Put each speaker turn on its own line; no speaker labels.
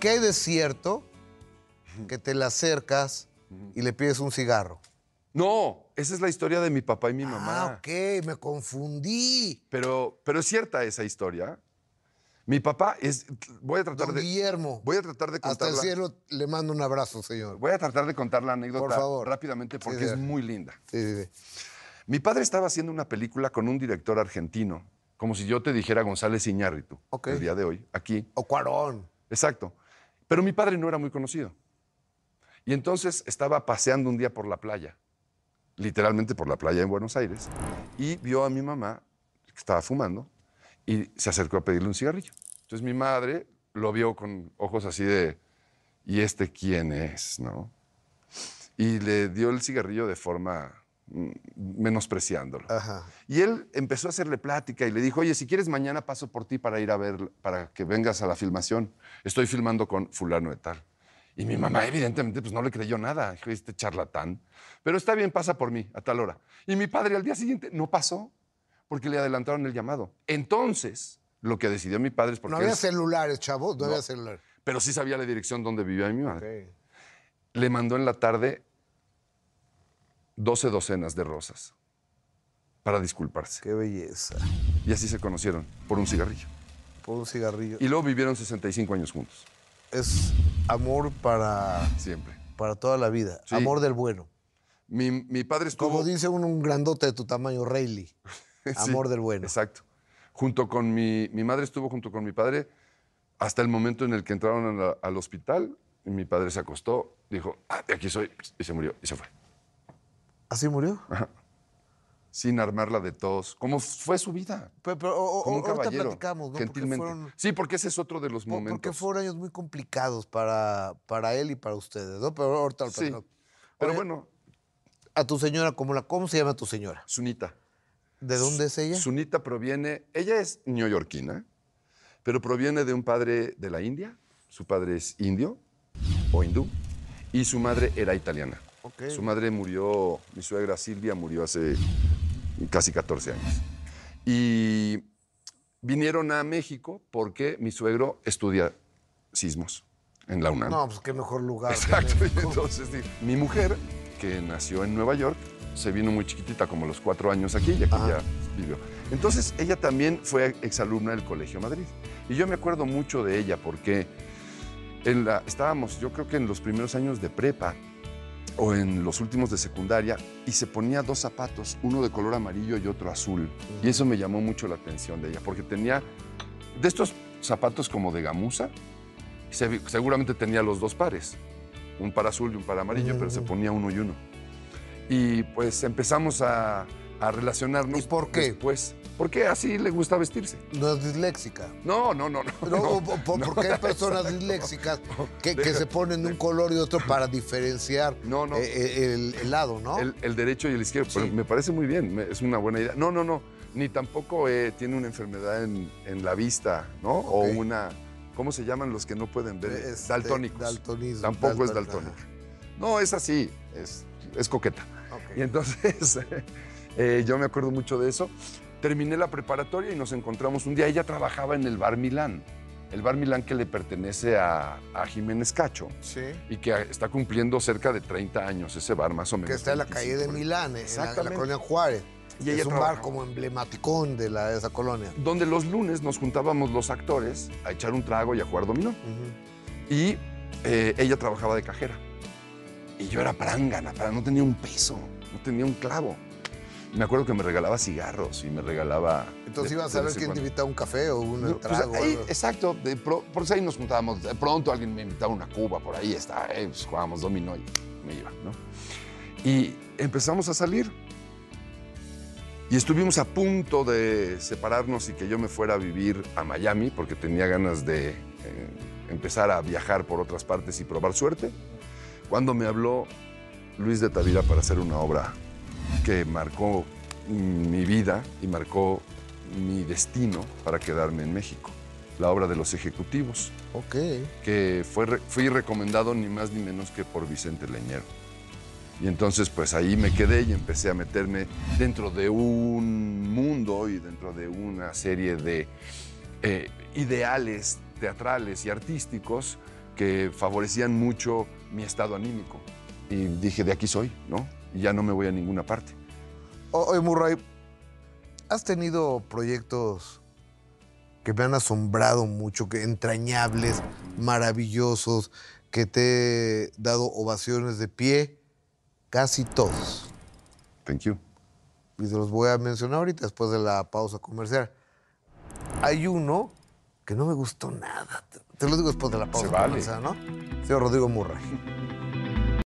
¿Qué hay de cierto que te le acercas y le pides un cigarro?
No, esa es la historia de mi papá y mi mamá.
Ah, ok, me confundí.
Pero, pero es cierta esa historia. Mi papá es. Voy a tratar
Don
de.
Guillermo.
Voy a tratar de
Hasta
contarla.
el cielo le mando un abrazo, señor.
Voy a tratar de contar la anécdota
favor.
rápidamente porque
Sí,
es
sí.
muy linda.
Sí, sí, sí.
Mi padre estaba haciendo una película con un director argentino, como si yo te dijera González Iñárritu,
Ok.
el día de hoy, aquí.
O Cuarón.
Exacto. Pero mi padre no era muy conocido. Y entonces estaba paseando un día por la playa, literalmente por la playa en Buenos Aires, y vio a mi mamá que estaba fumando y se acercó a pedirle un cigarrillo. Entonces mi madre lo vio con ojos así de, ¿y este quién es? ¿No? Y le dio el cigarrillo de forma mm, menospreciándolo.
Ajá.
Y él empezó a hacerle plática y le dijo, oye, si quieres mañana paso por ti para ir a ver, para que vengas a la filmación. Estoy filmando con fulano de tal. Y mi mamá, evidentemente, pues no le creyó nada. Dijo, este charlatán. Pero está bien, pasa por mí a tal hora. Y mi padre al día siguiente no pasó porque le adelantaron el llamado. Entonces, lo que decidió mi padre es porque...
No había
él-
celulares, chavos. No,
No.
había celulares.
pero sí sabía la dirección donde vivía mi madre.
Ok.
Le mandó en la tarde 12 docenas de rosas para disculparse.
Qué belleza.
Y así se conocieron, por un cigarrillo.
Por un cigarrillo.
Y luego vivieron 65 años juntos,
Es amor para,
siempre.
para toda la vida.
Sí.
Amor del bueno.
Mi, mi padre estuvo...
Como dice un, un grandote de tu tamaño, Rayleigh.
Sí,
Amor del bueno.
Exacto. Junto con mi... Mi madre estuvo junto con mi padre hasta el momento en el que entraron a la- al hospital. Y mi padre se acostó, dijo, "Ah, de aquí soy, y se murió, y se fue.
¿Así murió?
Sin armarla de tos. ¿Cómo fue su vida?
Pero, pero, o- o-
Como un
ahorita
caballero,
platicamos, ¿no?
gentilmente.
Porque fueron,
Sí, porque ese es otro de los
po-
momentos.
porque fueron años muy complicados para, para él y para ustedes, ¿no? Pero ahorita lo
Sí.
platicamos.
Pero
Oye,
bueno,
A tu señora, ¿cómo, la, ¿cómo se llama tu señora?
Sunita.
¿De dónde es ella?
Sunita proviene, ella es neoyorquina, pero proviene de un padre de la India. Su padre es indio o hindú y su madre era italiana.
Ok.
Su madre murió, mi suegra Silvia murió hace casi 14 años. Y vinieron a México porque mi suegro estudia sismos en la UNAM.
No, pues qué mejor lugar. que
Exacto.
México.
y entonces dije, mi mujer, que nació en Nueva York, se vino muy chiquitita, como a los cuatro años aquí, y aquí
Ajá.
ya vivió. Entonces, ella también fue exalumna del Colegio Madrid. Y yo me acuerdo mucho de ella porque en la- estábamos, yo creo que en los primeros años de prepa o en los últimos de secundaria, y se ponía dos zapatos, uno de color amarillo y otro azul. Y eso me llamó mucho la atención de ella, porque tenía de estos zapatos como de gamuza, se- seguramente tenía los dos pares, un par azul y un par amarillo, pero
Mm.
se ponía uno y uno. Y pues empezamos a, a relacionarnos.
¿Y por qué?
Pues, porque así le gusta vestirse.
No es disléxica.
No, no, no, no.
No, o- o- por-
no,
porque hay personas disléxicas que, que
Deja-
se ponen de un color y otro para diferenciar
No, no.
eh, eh, el, el lado, ¿no?
El, el derecho y el izquierdo. pero
Sí.
me parece muy bien, me- es una buena idea. No, no, no. Ni tampoco eh, tiene una enfermedad en, en la vista, ¿no?
Ok.
O una. ¿Cómo se llaman los que no pueden ver?
Este,
daltónicos.
daltonismo,
Pues Tampoco es
dalton-
daltónico. No, es así. Es, es coqueta.
Ajá, ok.
Y entonces, eh, yo me acuerdo mucho de eso. Terminé la preparatoria y nos encontramos un día. Ella trabajaba en el Bar Milán. El Bar Milán que le pertenece a, a Jiménez Cacho
Sí.
y que está cumpliendo cerca de 30 años ese bar, más o menos.
Que está en la
25,
calle de
por ahí.
Milán, en la, en la
Exactamente.
colonia Juárez.
Y
es
ella
un bar
trabajaba.
como emblematicón de, la, de esa colonia.
Donde los lunes nos juntábamos los actores a echar un trago y a jugar dominó.
Ujú.
Y eh, ella trabajaba de cajera. Y yo era prangana, para no tenía un peso, no tenía un clavo. Me acuerdo que me regalaba cigarros y me regalaba.
Entonces
de-
ibas
de
a ver
vez en
quién te
cuando.
invitaba a un café o un
No, pues,
trago.
ahí,
algo.
exacto, de pro- por eso ahí nos juntábamos. De pronto alguien me invitaba una cuba, por ahí está, eh, pues, jugábamos dominó y me iba, ¿no? Y empezamos a salir. Y estuvimos a punto de separarnos y que yo me fuera a vivir a Miami porque tenía ganas de eh, empezar a viajar por otras partes y probar suerte. Cuando me habló Luis de Tavira para hacer una obra que marcó mm, mi vida y marcó mi destino para quedarme en México. La obra de los ejecutivos,
Ok.
que fue, re- fui recomendado ni más ni menos que por Vicente Leñero. Y entonces pues ahí me quedé y empecé a meterme dentro de un mundo y dentro de una serie de eh, ideales teatrales y artísticos que favorecían mucho mi estado anímico. Y dije, de aquí soy, ¿no? Y ya no me voy a ninguna parte.
O- Oye, Murray, has tenido proyectos que me han asombrado mucho, que entrañables, maravillosos, que te he dado ovaciones de pie, casi todos.
Thank you.
Y se los voy a mencionar ahorita después de la pausa comercial. Hay uno que no me gustó nada. Te- Te lo digo después de la pausa
vale.
comercial, ¿no? Señor Rodrigo Murray.